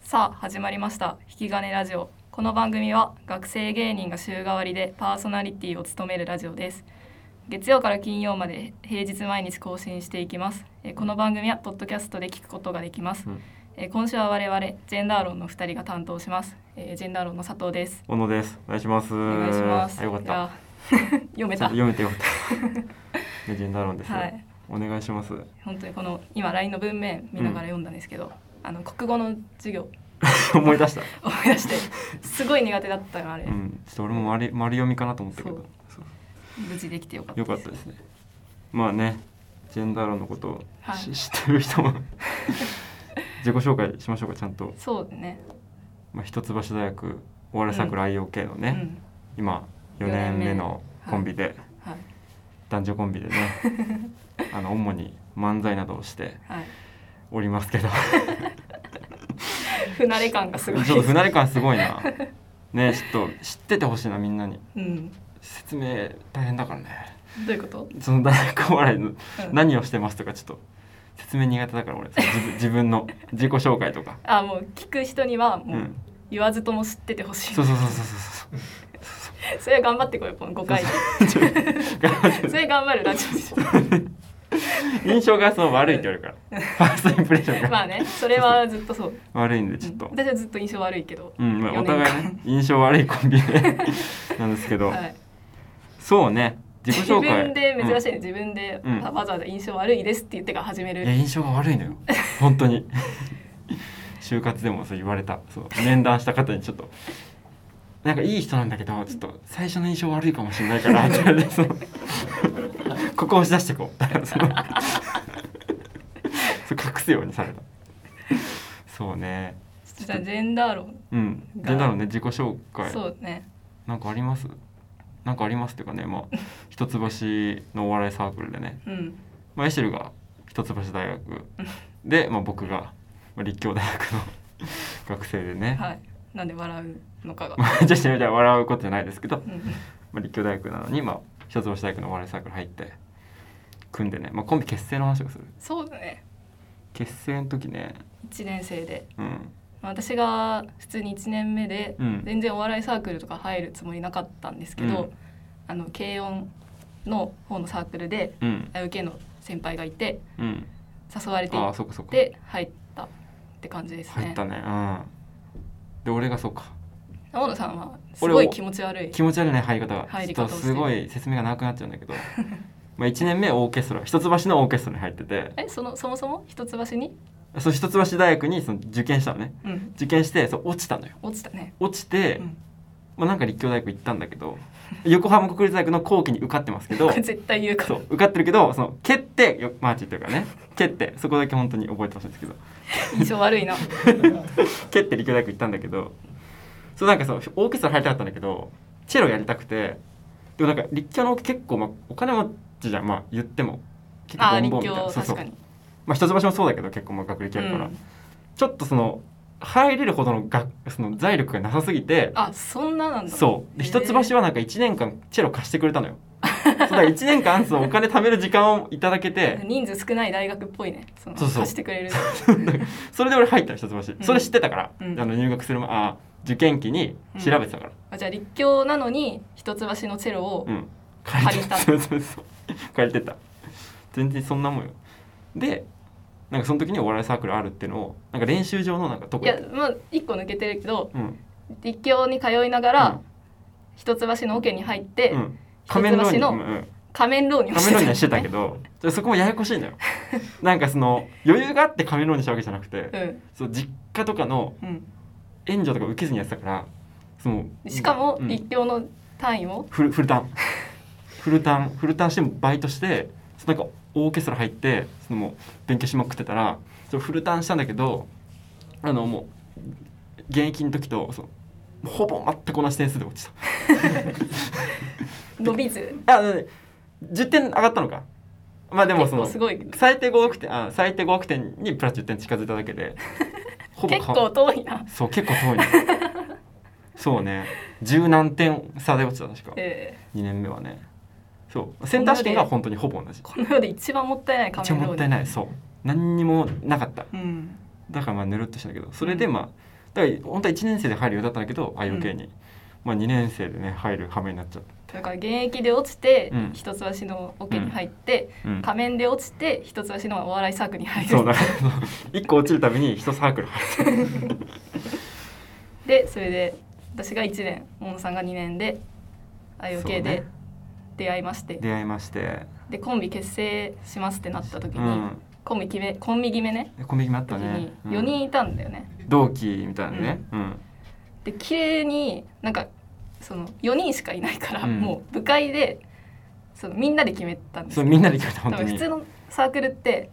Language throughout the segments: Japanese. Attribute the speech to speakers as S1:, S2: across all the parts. S1: さあ始まりました引き金ラジオこの番組は学生芸人が週替わりでパーソナリティを務めるラジオです月曜から金曜まで平日毎日更新していきますえーこの番組はポッドキャストで聞くことができます、
S2: うん
S1: えー今週は我々ジェンダー論の2人が担当します、えージェンダー論の佐藤です
S2: 小野です。お願いします。お
S1: お願いします
S2: よかっ
S1: い
S2: た。
S1: や 読め
S2: ちゃ
S1: た
S2: んと読めてよか った。レジェンダーロンです。
S1: はい
S2: お願いします。
S1: 本当にこの今 LINE の文面見ながら読んだんですけど、あの国語の授業
S2: 思い出した。
S1: 思い出してすごい苦手だったのあれ、
S2: うん。ちょっと俺も丸い丸読みかなと思ったけど、
S1: そう
S2: そう
S1: 無事できてよかった
S2: よかったですね。まあね、ジェンダーロンのことを
S1: はい
S2: し、 知ってる人も自己紹介しましょうかちゃんと。
S1: そうだね
S2: まあ一橋大学お笑いサークル IOK のね、今4
S1: 四年
S2: 年
S1: 目
S2: 目のコンビで、
S1: うん、はい
S2: 男女コンビでね、 あの主に漫才などをして
S1: はい
S2: おりますけど。
S1: 不慣れ感がすごい
S2: ちょっと不慣れ感すごいなねちょっと知っててほしいなみんなに
S1: うん
S2: 説明大変だからね
S1: どういうこと、
S2: その大学お笑いの
S1: うん、
S2: 何をしてますとかちょっと説明苦手だから俺自 分自分の自己紹介とか
S1: あもう聞く人には
S2: う
S1: もうん言わずとも知っててほしい、
S2: そうそうそうそうそ う
S1: それは頑張ってこようこの5回
S2: そ う
S1: それ頑張るラジオでし
S2: 印象がそう悪いって言われるから ファーストインプレッション
S1: ょ
S2: が
S1: まあねそれはずっとそう
S2: 悪いんで
S1: う
S2: ちょっ
S1: ん
S2: と
S1: 私はずっと印象悪いけど
S2: うんまあお
S1: 四年間
S2: 互いね印象悪いコン ビでなんですけど
S1: はい
S2: そうね自己
S1: 自
S2: 紹介
S1: 分で珍しい
S2: い
S1: ね自分で
S2: うん
S1: わわざわざ印象悪いですって言ってから始め
S2: いや
S1: る
S2: 印象が悪いのよ本当に 就活でもそう言われたそう面談した方にちょっとなんかいい人なんだけどちょっと最初の印象悪いかもしれないからって言われてそのここ押し出してこうそのそう隠すようにされたそうね
S1: じゃあジェンダー論
S2: うん
S1: が
S2: でだろうね自己紹介
S1: そうね
S2: なんかありますなんかありますっていうかねまあ一橋のお笑いサークルでね
S1: うん
S2: まあ、エシェルが一橋大学 で、まあ、僕が、まあ、立教大学の学生でね、
S1: はいなんで笑うのか が、
S2: まあ、女子みたいに笑うことじゃないですけど、
S1: うん
S2: まあ、立教大学なのに、まあ、一橋大学のお笑いサークル入って組んでね、まあ、コンビ結成の話をする
S1: そうだね
S2: 結成の時ね
S1: 1年生で
S2: うん
S1: まあ私が普通に1年目で
S2: うん
S1: 全然お笑いサークルとか入るつもりなかったんですけど、
S2: うん
S1: あの軽音の方のサークルで
S2: うん
S1: 受けの先輩がいて
S2: うん
S1: 誘われてい
S2: あ
S1: っ
S2: あそうかそうか
S1: て入ったって感じです
S2: 入
S1: ね
S2: ったねうんで俺がそうか
S1: 大野さんはすごい気持ち悪い
S2: 気持ち悪いね入り方が
S1: 入り
S2: ちょ
S1: 方を
S2: っと
S1: して
S2: すごい説明がなくなっちゃうんだけ どまあ1年目オーケストラ一橋のオーケストラに入ってて
S1: えそのそもそも一橋に、
S2: そう一橋大学にその受験したのね
S1: うん、
S2: 受験してそう落ちたのよ
S1: 落ちたね、
S2: 落ちて、
S1: うん、
S2: まあ、なんか立教大学行ったんだけど 横浜国立大学の後期に受かってます けど
S1: これ絶対言うか
S2: そ
S1: ら
S2: う受かってるけどその蹴ってよマーチっていうからね蹴ってそこだけ本当に覚えてほしいんですけど
S1: 印象悪い な
S2: 蹴って立教大学行ったんだけどそうなんかそうオーケストラ入りたかったんだけどチェロやりたくてでもなんか立教の結構、まあ、お金持ちじゃんまあ言っても結
S1: あ
S2: 構
S1: あ
S2: ボン
S1: 立
S2: ボンみたいな
S1: 教
S2: そうそ
S1: 確
S2: う
S1: かに
S2: まあ一橋もそうだけど結構まあ学歴あるから、
S1: うん
S2: ちょっとその入れるほどのがその財力がなさすぎて
S1: あそんななんだ
S2: そうで
S1: へえ
S2: 一橋はなんか1年間チェロ貸してくれ たのよそうだから1年間そのお金貯める時間をいただけて
S1: 人数少ない大学っぽいねその
S2: そうそう
S1: 貸してく れる
S2: それで俺入ったの一橋、
S1: うん
S2: それ知ってたから、
S1: うん
S2: あの入学する前あ受験期に調べてたから、
S1: あじゃあ立教なのに一橋のチェロを
S2: うん借りてた
S1: 借
S2: そうそうそう借りてた全然そんなもんよでなんかその時にお笑いサークルあるっていうのをなんか練習場のなんかとこ
S1: いやまあ一個抜けてるけど
S2: うん
S1: 立教に通いながら、一橋のオケに入って、
S2: うんうん、仮面浪
S1: 一
S2: 人
S1: 橋の
S2: うんうん
S1: 仮面浪人を
S2: 仮面浪人はしてた
S1: け
S2: けどでそこもややこしいの よなんかその余裕があって仮面浪人したわけじゃなくて、
S1: ど、うん
S2: そう実家とかの
S1: うん、
S2: 援助とか受けずにやってたからその
S1: しかも
S2: うん
S1: 立教の単位を、
S2: フルフルターン フルターンフルターンしてもバイトしてそのなんかオーケストラ入ってそのもう勉強しまくってたらそのフルターンしたんだけどあのもう現役の時とそのほぼ全く同じ点数で落ち
S1: 伸びず
S2: たあで10点上がったのかまあでもその
S1: 結構すごい
S2: 最低5億点あ最低5億点にプラス10点近づいただ けでほぼ
S1: 結
S2: 変
S1: 構
S2: わ
S1: 遠いな、
S2: そう結構遠いのそうね十何点差で落ちた確か
S1: ええ
S2: 2年目はねそうセンター試験が本当にほぼ同じ
S1: この世で一番もったいない仮
S2: 一応
S1: 面浪人
S2: もったいないそう何にもなかった
S1: うん
S2: だからまあぬるっとしたんだけどそれでまあだから本当は1年生で入る予定だったんだけど IOK に、まあ、2年生でね入る羽目になっちゃっ
S1: だから現役で落ちて、
S2: うん
S1: 一橋のオケに入って、
S2: た、うん
S1: 仮面で落ちて一橋のお笑いサークルに入る
S2: そうだ1個落ちるたびに1サークル入って
S1: でそれで私が1年モンさんが2年で IOK で出会いまして、
S2: 出会いまして、
S1: でコンビ結成しますってなった時に、
S2: うん、
S1: コンビ決めコンビ決めね
S2: コンビニもあった
S1: 時
S2: ね
S1: に、4人いたんだよね。
S2: うん同期みたいなね、うん
S1: で綺麗になんかその4人しかいないから、
S2: うん
S1: もう部会でそのみんなで決めたんです
S2: そ
S1: よ
S2: うみんなで決めた本
S1: 多
S2: 当
S1: 分普
S2: に
S1: 通のサークルって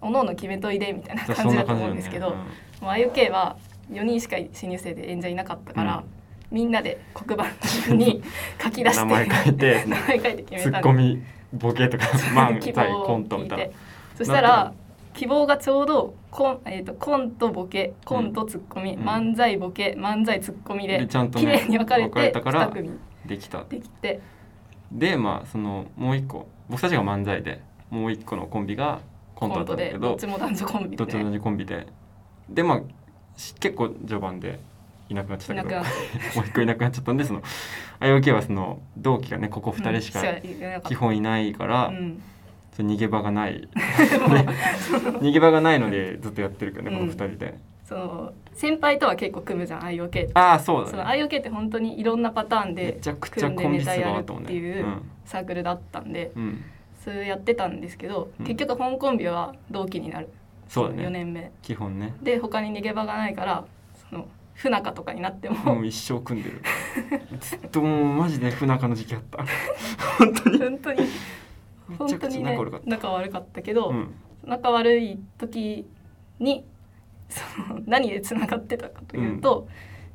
S1: おのおの決めといでみたいな
S2: そう
S1: 感
S2: そ
S1: じ
S2: ん
S1: だと
S2: な感
S1: 思うんで
S2: じだよね
S1: すけど、
S2: うん
S1: もう IOK は4人しか新入生で演者いなかったから、みんなで黒板 に書き出して
S2: 名前書いて
S1: 名前書いて決
S2: ツ
S1: めた
S2: ッ
S1: ん
S2: コ
S1: で
S2: ミボケ とか漫
S1: 希
S2: 才
S1: 望
S2: コ
S1: を
S2: ント
S1: 聞
S2: み
S1: い
S2: たい
S1: て
S2: な
S1: そした
S2: な
S1: ら
S2: ん
S1: 希望がちょうどコン,、えー、とコントボケコントツッコミ、
S2: うん
S1: 漫才ボケ漫才ツッコミで
S2: でちゃんとね
S1: 綺麗に分かれ
S2: 分かれ
S1: て
S2: たから
S1: 2組
S2: できた
S1: できて
S2: でまあそのもう一個僕たちが漫才でもう一個のコンビがコ
S1: コ
S2: ントだ
S1: ン
S2: っ
S1: トで
S2: たんだけ
S1: ど
S2: ど
S1: っちも男女コンビで
S2: どっちも同じコンビででまあし結構序盤でいなくなっちゃ
S1: い
S2: った
S1: な
S2: け
S1: く
S2: ど
S1: なっ
S2: もう一個いなくなっちゃったんでその IOK はその同期がねここ
S1: た
S2: 2人しか
S1: いなか
S2: 基
S1: っ
S2: 本いないか
S1: た
S2: ら、
S1: うん
S2: そう逃げ場 がない 逃げ場がないのでずっとやってるけどね、
S1: うん
S2: この2人で
S1: その先輩とは結構組むじゃん IOK って
S2: ああそう
S1: そ
S2: だ
S1: の
S2: ね
S1: IOK って本当にいろんなパターン
S2: め
S1: で
S2: ちゃくち
S1: 組
S2: ゃ
S1: ん
S2: コ
S1: で
S2: ンビ
S1: ネ
S2: 数
S1: タ
S2: が
S1: や
S2: あ
S1: る
S2: っ
S1: った
S2: もん
S1: て
S2: ね
S1: いうサークルだったんで
S2: うん、うん、
S1: それやってたんですけど
S2: うん
S1: 結局本コンビは同期になる
S2: そうだね
S1: 4年目
S2: 基本ね
S1: で他に逃げ場がないからその不仲とかになって
S2: も
S1: も
S2: う一生組んでるずっともうマジで不仲の時期あった
S1: 本当に
S2: めち
S1: 本
S2: ゃ
S1: 当
S2: くちゃ
S1: に
S2: 仲
S1: ね
S2: 悪かっ
S1: 仲悪かったけど、
S2: た、うん、
S1: 仲悪い時にその何でつながってたかというと,、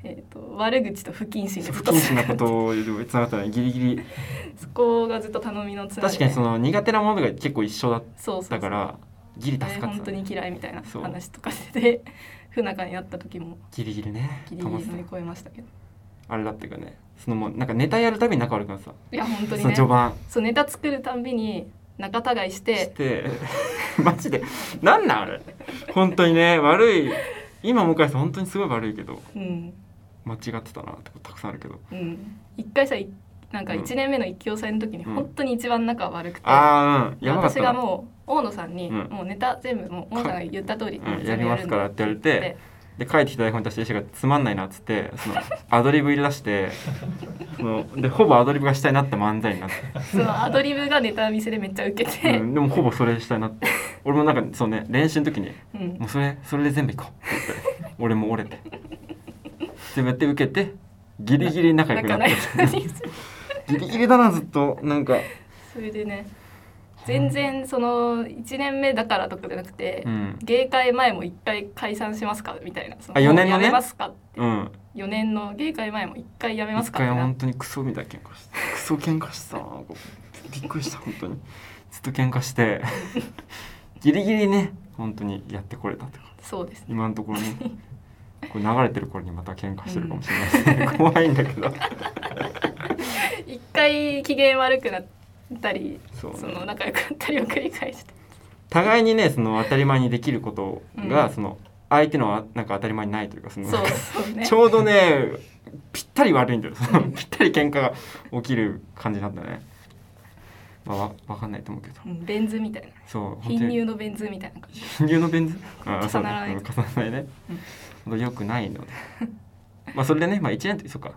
S1: えー、と悪口と不謹慎
S2: そう
S1: が
S2: 不
S1: ずっと
S2: 謹慎なことでもつながったねギリギリ
S1: そこがずっと頼みのつなが
S2: 確かにその苦手なものが結構一緒だっ
S1: そうそうそ
S2: た
S1: う
S2: からギリ助
S1: あ
S2: かっ
S1: れ
S2: てた、
S1: 本当に嫌いみたいな
S2: そう
S1: 話とかしてて 不仲になった時も
S2: ギリギリね
S1: ギリギ
S2: 保
S1: リ
S2: ってた
S1: 乗り越えましたけど
S2: あれだっていうかねそのもうなんかネタやるたびに仲悪くなってた、
S1: いや本当に
S2: その
S1: ね
S2: 序盤
S1: そうネタ作るたんびに仲違いし
S2: してて マジでなんなんあれ本当にね悪い今向井さん本当にすごい悪いけど
S1: うん
S2: 間違ってたなってことたくさんあるけど
S1: うん一回さいなんか
S2: うん
S1: 1年目の一強祭の時に
S2: うん
S1: 本当に一番仲悪くて、
S2: ああうんやばかっ
S1: 私
S2: た
S1: が
S2: な
S1: もう大野さんに、
S2: うん
S1: もうネタ全部もう大野さんが言った通り
S2: う
S1: 全
S2: ん
S1: 部
S2: やりますからって言われて
S1: で
S2: で書いてきた台本に対して石がつまんないなっつってそのアドリブ入れ出してそのでほぼアドリブがしたいなって漫才になって、
S1: そのアドリブがネタ見せでめっちゃウケて、
S2: う
S1: うん
S2: んでもほぼそれしたいなって俺もなんかそうね練習の時にもうそれそれで全部いこうって言って俺も折れて全部やって受けてギリギリ仲良くな
S1: 仲
S2: っ
S1: ない
S2: て
S1: に
S2: ギリギリだなずっとなんか
S1: それでね全然その1年目だからとかじゃなくて、
S2: うん
S1: 芸会前も一回解散しますかみたいなそ
S2: あ四年のね
S1: もうやめますか
S2: うん
S1: 4年の芸会前も一回やめます
S2: 一
S1: かって
S2: 回
S1: な
S2: 本当にクソみたいな喧嘩して クソ喧嘩したなこうびっくりした本当にずっと喧嘩して ギリギリね本当にやってこれたとか
S1: そうですね
S2: 今のところねこれ流れてる頃にまた喧嘩してるかもしれないですね怖いんだけ ど
S1: 一回機嫌悪くなったり
S2: そうね
S1: その仲良くなったりを繰り返して
S2: 互いにねその当たり前にできることが、
S1: うん
S2: その相手のはなんか当たり前にないというかその
S1: そうそうね
S2: ちょうどねぴったり悪いんだよ そのぴったり喧嘩が起きる感じなんだねまあわわかんないと思うけど
S1: うんベン図みたいな
S2: そう本当
S1: 貧
S2: に
S1: 乳のベン図みたいな感じ
S2: 貧乳のベン図あ
S1: 重ならない
S2: そうだうん重ならないね
S1: うん、
S2: うん、よくない のでまあそれでねまあ一年ってそうか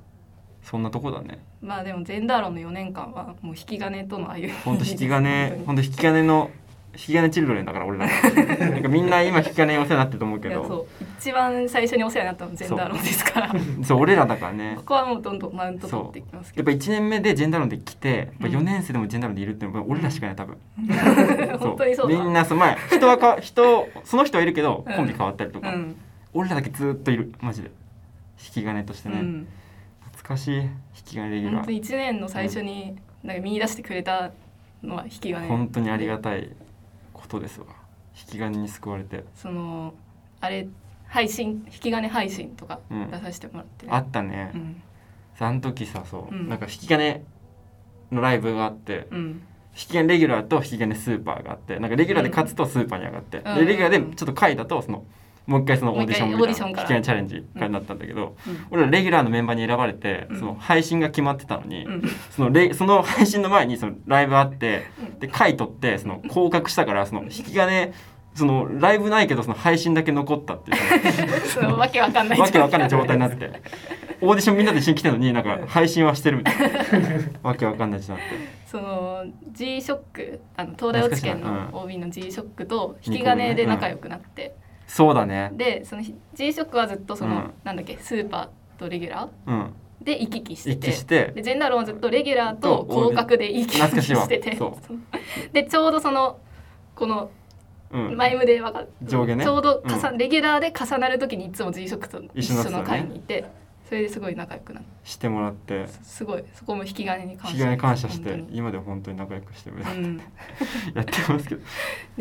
S2: そんなとこだね
S1: まあでもジェンダー論の4年間はもう引き金との歩み
S2: ほんと引き金ほ
S1: 本
S2: んと引き金の引き金チルドレンだから俺 らなんかみんな今引き金お世話になってると思う
S1: 当
S2: け
S1: にいや
S2: ど
S1: そう一番最初にお世話になったのジェンダー論ですからこ
S2: そう俺らだからね
S1: こはもうどんどんマウント取っていきます
S2: や
S1: け
S2: っ
S1: ど
S2: ぱ1年目でジェンダー論で来て、やっぱ
S1: う
S2: 4
S1: ん
S2: 年生でもジェンダー論でいるっていうのは俺らしかいない多分
S1: 本当にそうだ
S2: みんなそう前人 はか人その人はいるけど
S1: うん
S2: コンビ変わったりと
S1: う
S2: か、
S1: ん、
S2: 俺らだけずっといるマジで引き金として
S1: う
S2: ね、
S1: ん、
S2: 懐かしい引き金レギュラ
S1: 本当
S2: ー
S1: に1年の最初になんか見出してくれたのは引き金
S2: 本当にありがたいことですわ引き金に救われて
S1: そのあれ配信引き金配信とか
S2: うん
S1: 出させてもらってね、
S2: あったね、
S1: うん
S2: さあの時さそ
S1: う
S2: う、
S1: ん
S2: なんか引き金のライブがあって、
S1: うん
S2: 引き金レギュラーと引き金スーパーがあってなんかレギュラーで勝つとスーパーに上がって、
S1: うん
S2: でレギュラーでちょっと下位だとそのもう一回そのオーディション
S1: もう
S2: み
S1: 一
S2: た
S1: 回
S2: い
S1: オ
S2: な
S1: ーディションから
S2: 危険チャレンジからなったんだけど、
S1: うん
S2: 俺らレギュラーのメンバーに選ばれて、
S1: うん
S2: その配信が決まってたのに、
S1: うん
S2: そのレその配信の前にそのライブあって
S1: うん
S2: で回取ってその降格したからその引き金そのライブないけどその配信だけ残ったっていう
S1: そのわけわかんな
S2: そ
S1: い
S2: のわけわかんない状態になっててオーディションみんなで一緒に来てるのになんか配信はしてるみたいな わけわかんない状態になって
S1: その G ショックあの東大落ち県
S2: 懐かしいな
S1: の OB の G ショックと引き金で仲良くなって、
S2: そうだね
S1: でその G ショックはずっとその、
S2: うん
S1: なんだっけスーパーとレギュラ
S2: うん
S1: ーで行き来して
S2: 一
S1: て
S2: 致して
S1: でジェンダロンはずっとレギュラーと降格で行き
S2: 懐
S1: 来
S2: かしいわ
S1: してて
S2: そ
S1: でちょうどそのこの
S2: うん
S1: マイムでわか
S2: 上下ね
S1: ちょうど重な、
S2: う
S1: レギュラーで重なる時にいつも G ショックと一緒
S2: 一緒
S1: の
S2: の会
S1: 会
S2: に
S1: にいてそれですごい仲良くなって
S2: してもらって
S1: すごいそこも引き金に感
S2: 引
S1: 謝
S2: き金感謝し
S1: 本
S2: て
S1: 当に
S2: 今では本当に仲良くしてもらって
S1: うん、で
S2: やってますけど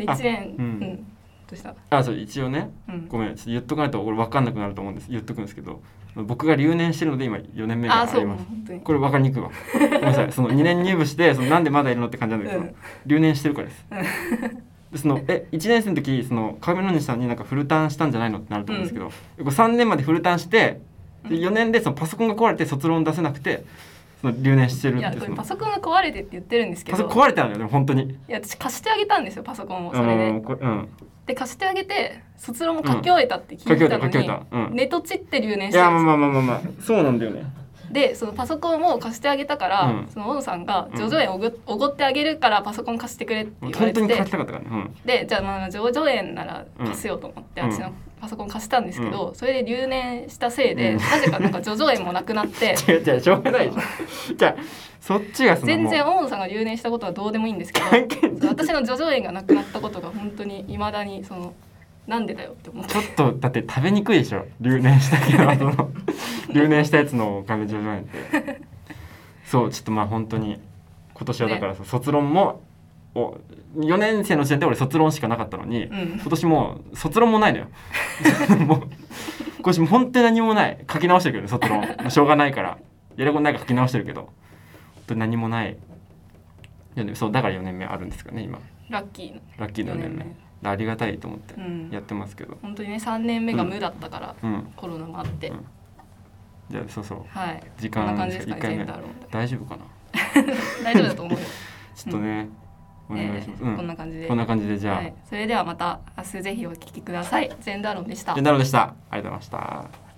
S2: あ
S1: 1年
S2: う
S1: うんん、どうした
S2: あそう一応ね
S1: うん
S2: ごめんちょっと言っとかないと俺分かんなくなると思うんです言っとくんですけど僕が留年してるので今4年目が
S1: あ
S2: あ
S1: そう
S2: ります
S1: 本当に
S2: これ分かりにくいわごめんなさいその2年入部してそのなんでまだいるのって感じなんだけど、
S1: うん
S2: 留年してるからですでそのえ1年生の時その上野西さんになんかフルターンしたんじゃないのってなると思うんですけど、こう3年までフルターンしてで4年でそのパソコンが壊れて卒論出せなくてその留年してる
S1: い
S2: っ
S1: や
S2: て
S1: こ
S2: そ
S1: れ
S2: の
S1: パソコンが壊れてって言ってるんですけ
S2: パ
S1: ど
S2: ソコン壊れたんだよね本当に
S1: いや私貸してあげたんですよパソコンをそれで、
S2: うんこれうん
S1: で貸してあげて卒論も書き終えたって聞いてたの
S2: 書き終えた書き終えた
S1: に、
S2: うん
S1: ネトチって留年
S2: い
S1: して
S2: や
S1: るんですよ
S2: まあまあまあまあまあそうなんだよね
S1: でそのパソコンを貸してあげたから、
S2: うん
S1: その小野さんが「叙々苑おごおごってあげるからパソコン貸してくれ」って言わ
S2: 本
S1: れ
S2: 当
S1: て
S2: に
S1: て
S2: 書きたかったからね、うん、
S1: でじゃあまあ叙々苑なら貸すよと思って、
S2: うん
S1: 私のパソコン貸したんですけど、それで留年したせいで、なぜかなんか叙々苑もなくな って。
S2: 違う違うしょうがないじ ゃんじゃあそっちがその
S1: 全然
S2: もう
S1: 大野さんが留年したことはどうでもいいんですけど
S2: 関係ない
S1: 私の叙々苑がなくなったことが本当にいまだにそのなんでだよって思って
S2: ちょっとだって食べにくいでしょ留年したけどそ の留年したやつのおかげじゃないってそうちょっとまあ本当に今年はだからさ、卒論もお4年生の時点で俺卒論しかなかったのに、
S1: うん
S2: 今年もう卒論もないのよ もう今年もう本当に何もない書き直してるけど卒論もうしょうがないからやることないから書き直してるけど本当に何もないよねそうだから4年目あるんですかね今
S1: ラッキーな
S2: ラッキーな4年目
S1: 四年
S2: ありがたいと思って
S1: うん
S2: やってますけど、
S1: 本当にね3年目が無だったから、
S2: うん、
S1: コロナもあって、
S2: うんじゃあそうそう
S1: はい
S2: 時
S1: こんな
S2: 間
S1: 感じですか
S2: 一
S1: ねジ
S2: 回
S1: ェ
S2: 目
S1: ンダーロン
S2: 大丈夫かな
S1: 大丈夫だと思うよ
S2: ちょっとね、 お願いします、
S1: えー
S2: うん
S1: こんな感じで
S2: こんな感じでじゃあ、
S1: はい、それではまた明日ぜひお聞きくださいジェンダーロンでした
S2: ジェンダーロンでしたありがとうございました